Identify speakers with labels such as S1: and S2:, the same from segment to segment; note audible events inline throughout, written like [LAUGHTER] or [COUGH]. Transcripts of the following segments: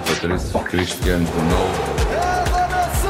S1: Patrice Cristiano Ronaldo.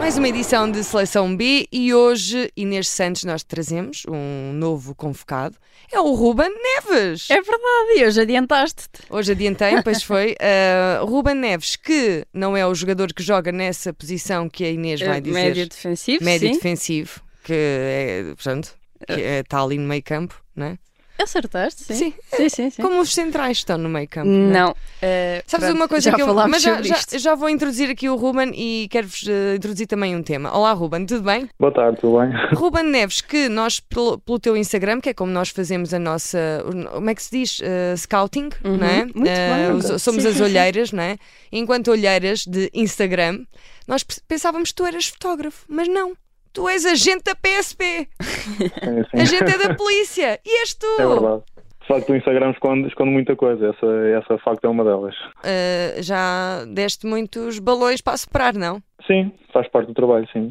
S2: Mais uma edição de Seleção B e hoje, Inês Santos, nós trazemos um novo convocado. É o Ruben Neves.
S3: É verdade, e hoje adiantaste-te.
S2: Hoje adiantei, pois
S3: [LAUGHS]
S2: foi. Uh, Ruben Neves, que não é o jogador que joga nessa posição que a Inês vai dizer.
S3: Eh, Médio defensivo,
S2: Médio
S3: sim.
S2: defensivo, que é, portanto, que é- está ali no meio campo, não é?
S3: Acertaste, sim.
S2: Sim.
S3: Sim, sim, sim.
S2: Como os centrais estão no meio campo. é?
S3: Não. eh,
S2: Sabes
S3: pronto,
S2: uma coisa
S3: já
S2: que eu.
S3: falámos
S2: Mas já,
S3: sobre
S2: já,
S3: isto.
S2: já vou introduzir aqui o Ruben e quero-vos eh, introduzir também um tema. Olá, Ruben, tudo bem?
S4: Boa tarde, tudo bem? [LAUGHS]
S2: Ruben Neves, que nós, pelo, pelo teu Instagram, que é como nós fazemos a nossa. o- Como é que se diz? Eh, scouting,
S3: Uhum,
S2: não é?
S3: muito
S2: Eh,
S3: bem.
S2: os- somos
S3: Sim,
S2: as
S3: sim, sim.
S2: olheiras, não é? Enquanto olheiras de Instagram, nós pe- pensávamos que tu eras fotógrafo, mas não. Tu és agente da
S4: [LAUGHS]
S2: PSP,
S4: Sim, sim.
S2: agente
S4: [LAUGHS]
S2: é da polícia, e és tu!
S4: É verdade. De facto, o Instagram esconde, esconde muita coisa. Essa, essa de facto é uma delas.
S2: Eh, já deste muitos balões para superar, não?
S4: Sim, faz parte do trabalho, sim.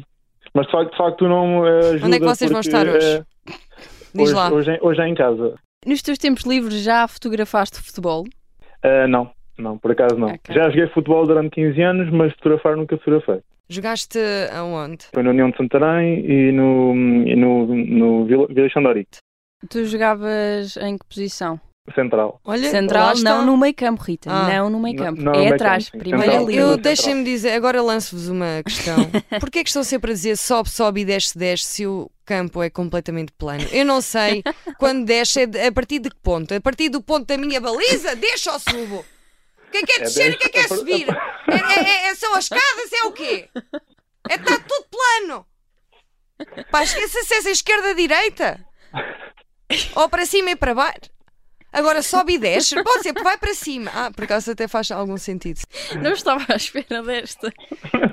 S4: Mas de facto, de facto não eh, ajuda
S2: Onde é que vocês vão
S4: porque,
S2: estar hoje?
S4: eh,
S2: Diz
S4: hoje,
S2: lá.
S4: Hoje, é- hoje é em casa.
S3: Nos teus tempos livres já fotografaste futebol?
S4: Eh, não, não, por acaso não.
S3: Ok.
S4: Já joguei futebol durante 15 anos, mas fotografar nunca fotografei.
S2: Jogaste aonde?
S4: Foi na União de Santarém e no, e no, no Vila, Vila Xandari,
S3: Tu jogavas em que posição?
S4: Central.
S2: Olha, lá
S3: Central,
S2: está.
S3: não no meio campo, Rita.
S2: Ah.
S3: Não no meio
S4: Não-
S3: campo.
S4: não no
S3: é
S4: meio
S3: atrás,
S4: campo, sim.
S3: primeira
S2: Olha,
S4: Central.
S3: linha.
S2: [LAUGHS] eu
S4: Central.
S2: deixem-me dizer, agora lanço-vos uma questão. [LAUGHS] Porquê é que estão sempre a dizer sobe, sobe e desce, desce se o campo é completamente plano? Eu não sei quando desce é de- a partir de que ponto? A partir do ponto da minha baliza, deixa ou subo? O que é que é descer e o que é que é
S4: desce-
S2: subir? É, é- é- é- são as escadas, é o quê? É está tudo plano. Pá, esqueça se és a esquerda, a direita. Ou para cima e para baixo. Agora sobe e desce. Pode ser, vai para cima. Ah, por acaso até faz algum sentido.
S3: Não estava à espera desta.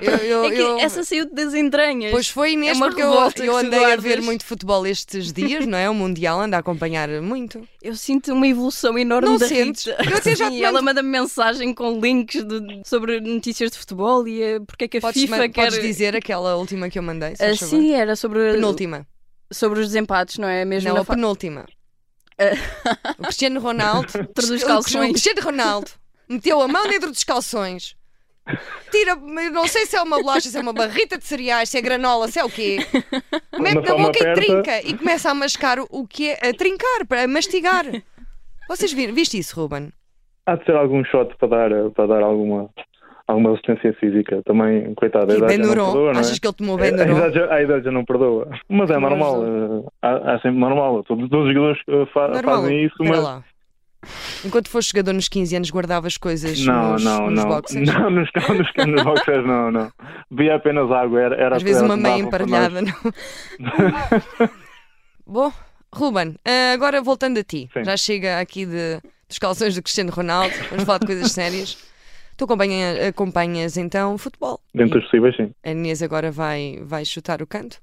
S2: Eu, eu-
S3: É que
S2: eu-
S3: essa saiu das entranhas.
S2: Pois foi, Inês,
S3: é uma
S2: porque eu,
S3: revolta que
S2: eu
S3: tu
S2: andei a ver
S3: guardas.
S2: muito futebol estes dias, não é? O Mundial anda a acompanhar muito.
S3: Eu sinto uma evolução enorme
S2: Não
S3: da
S2: sentes?
S3: Rita.
S2: Eu até já te
S3: [LAUGHS] Sim, ela manda-me mensagem com links de- sobre notícias de futebol e eh, porque é que a
S2: Podes,
S3: FIFA
S2: ma-
S3: quer...
S2: podes dizer aquela última que eu mandei? se
S3: Ah,
S2: faz favor?
S3: sim, era sobre,
S2: Penúltima.
S3: sobre os desempates, não é? Mesmo
S2: Não,
S3: na
S2: a
S3: fa-
S2: penúltima. [LAUGHS] O Cristiano
S4: [LAUGHS]
S2: Ronaldo.
S3: Dentro dos
S2: O
S3: calções.
S2: Cristiano Ronaldo meteu a mão dentro dos calções. Tira, eu não sei se é uma bolacha, se é uma barrita de cereais, se é granola, se é o quê. Mete na
S4: forma
S2: boca e
S4: aperta.
S2: trinca e começa a mascar o- o que é. a trincar, para- a mastigar. Vocês viram, viste isso, Ruben?
S4: Há de ser algum shot para dar, eh, para dar alguma, alguma resistência física. Também, coitado, a
S2: E
S4: idade
S2: Ben
S4: já não perdoa, não é?
S2: Achas que ele tomou
S4: A
S2: Ben Duron?
S4: idade, já- a idade já não perdoa. Mas é
S2: Mas uh,
S4: normal. eh, Há, há sempre normal. Todos, todos os jogadores eh, fa-
S2: Normal.
S4: fazem isso,
S2: Espera
S4: mas.
S2: lá. Enquanto foste jogador nos 15 anos, guardavas coisas
S4: Não,
S2: nos,
S4: não,
S2: nos
S4: não.
S2: boxers?
S4: [LAUGHS] Não, nos, nos, nos boxers não, não. Bebia apenas água. Era, era
S2: Às vezes
S4: era
S2: uma meia
S4: saudável para nós.
S2: emparelhada, não?
S4: [LAUGHS]
S2: Bom, Ruben, ah, agora voltando a ti.
S4: Sim.
S2: Já chega aqui de, dos calções do Cristiano Ronaldo, vamos falar de coisas
S4: [LAUGHS]
S2: sérias. Tu acompanha- acompanhas então futebol.
S4: Dentro dos possíveis, sim.
S2: A Inês agora vai, vai chutar o canto.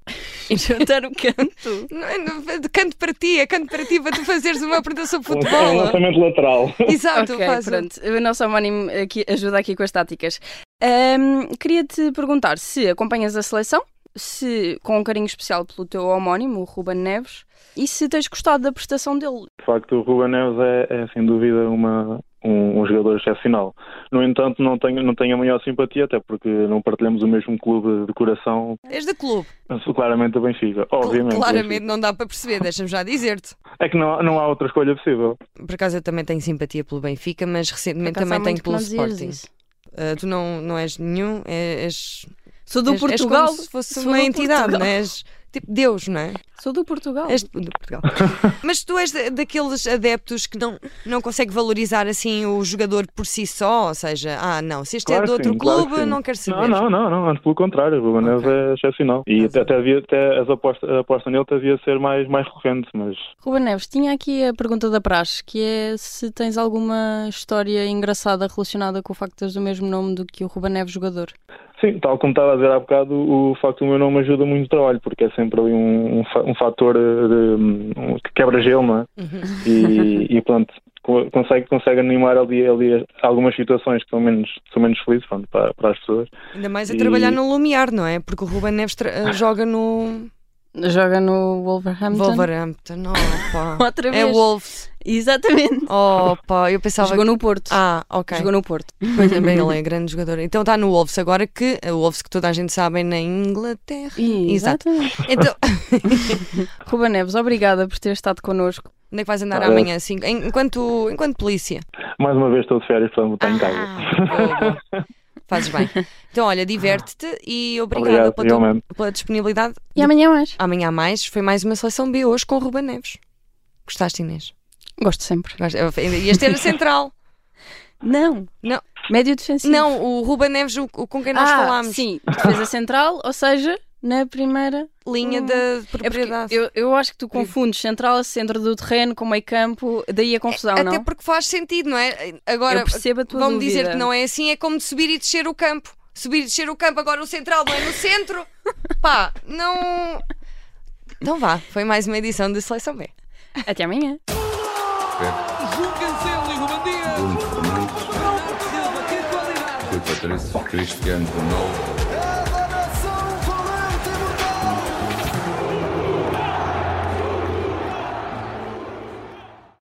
S3: e [LAUGHS] juntar o canto.
S2: Não, é- não, é de canto para ti, é canto para ti para tu fazeres uma pergunta sobre
S4: É um
S2: futebol.
S4: lançamento lateral.
S2: Exato,
S3: ok,
S2: faz o-
S3: pronto. O nosso homónimo aqui, ajuda aqui com as táticas. Ahm, Queria-te perguntar se acompanhas a seleção, se com um carinho especial pelo teu homónimo, o Ruben Neves, e se tens gostado da prestação dele.
S4: De facto, o Ruben Neves é, é, sem dúvida uma, um, um jogador excepcional. No entanto, não tenho, não tenho a maior simpatia, até porque não partilhamos o mesmo clube de coração,
S2: És de clube.
S4: mas claramente o Benfica. Obviamente. o
S2: Claramente não dá para perceber, deixa-me já dizer-te.
S4: Benfica. É que não, há- não há outra escolha possível.
S2: Por acaso eu também tenho simpatia pelo Benfica, mas recentemente
S3: Por acaso, há
S2: também tenho
S3: muito que
S2: pelo
S3: não dizias
S2: Sporting.
S3: isso.
S2: Ah, tu não, não és nenhum, é- és,
S3: Sou do
S2: és- és
S3: Portugal.
S2: como se fosse
S3: Sou
S2: uma
S3: do
S2: entidade,
S3: Portugal.
S2: não é? És tipo Deus, não é?
S3: Sou do Portugal.
S2: És de de
S4: [LAUGHS]
S2: Portugal. mas tu és da- daqueles adeptos que não, não consegue valorizar assim o jogador por si só, ou seja, ah não, se este é
S4: Claro
S2: de
S4: que
S2: outro
S4: sim, claro
S2: clube,
S4: que sim.
S2: não quero saber.
S4: Não, não, não, não, antes pelo contrário, o Ruben
S2: Ok.
S4: Neves é excepcional. E
S2: Mas é.
S4: até, até, havia, até as aposta, a aposta nele devia ser mais, mais recorrente, mas
S3: Ruben Neves, tinha aqui a pergunta da Praxe, que é se tens alguma história engraçada relacionada com o facto de teres o mesmo nome do que o Ruben Neves jogador.
S4: Sim, tal como estava a dizer há bocado, o facto do meu nome ajuda muito o trabalho, porque é sempre ali um, um, fa- um fator eh, de, um, que quebra gelo, não é? E, e pronto, co- consegue, consegue animar ali, ali algumas situações que são menos, são menos felizes pronto, para, para as pessoas.
S2: Ainda mais a
S4: E- Ah.
S2: trabalhar no Lumiar, não é? Porque o Ruben Neves tra- joga no,
S3: Joga no Wolverhampton.
S2: Wolverhampton, opa.
S3: Outra vez.
S2: é Wolves.
S3: Exatamente.
S2: Opa, eu pensava
S3: Jogou
S2: que...
S3: no Porto.
S2: Ah, ok.
S3: Jogou no Porto.
S2: Pois é, bem,
S3: [LAUGHS]
S2: ele é grande jogador. Então está no Wolves agora que eh, o Wolves que toda a gente sabe é na Inglaterra. Exato.
S3: Exatamente. [LAUGHS]
S2: Então,
S3: Ruba Neves, obrigada por ter estado connosco.
S2: onde é que vais andar
S3: Tá
S4: Ah.
S2: amanhã? Assim, en- enquanto, enquanto
S3: [LAUGHS]
S2: polícia.
S4: Mais uma vez estou de férias, portanto vou estar em casa.
S2: Ah, boa, boa. Fazes bem. Então, olha, diverte-te e obrigada
S4: Obrigado,
S2: pela, tua-
S4: igualmente.
S2: pela disponibilidade.
S3: E amanhã mais.
S2: Amanhã há mais, foi mais uma seleção B hoje com o Ruben Neves. Gostaste, Inês?
S3: Gosto sempre.
S2: Gost- Ias
S3: [LAUGHS]
S2: ter a central.
S3: Não.
S2: Não.
S3: Médio defensivo.
S2: Não, o Ruben Neves, o, o com quem nós
S3: ah,
S2: falámos.
S3: Sim, defesa central, ou seja, na primeira.
S2: Linha
S3: Hum.
S2: da
S3: É porque
S2: propriedade.
S3: eu, eu acho que tu confundes central, centro do terreno com meio campo, daí a confusão,
S2: É, Até
S3: não?
S2: porque faz sentido, não é? Agora,
S3: eu percebo a tua
S2: vão-me
S3: dúvida.
S2: dizer que não é assim, é como de subir e descer o campo. Subir e descer o campo, agora o central não é no
S3: [LAUGHS]
S2: centro. Pá, não. Então vá, foi mais uma edição de Seleção B.
S3: Até amanhã.
S5: Júlio Cancelo e Ruben Dias.
S1: Bruno Fernandes,
S5: Bernardo Silva, que qualidade.
S1: Rui Patrício, Cristiano Ronaldo,
S5: É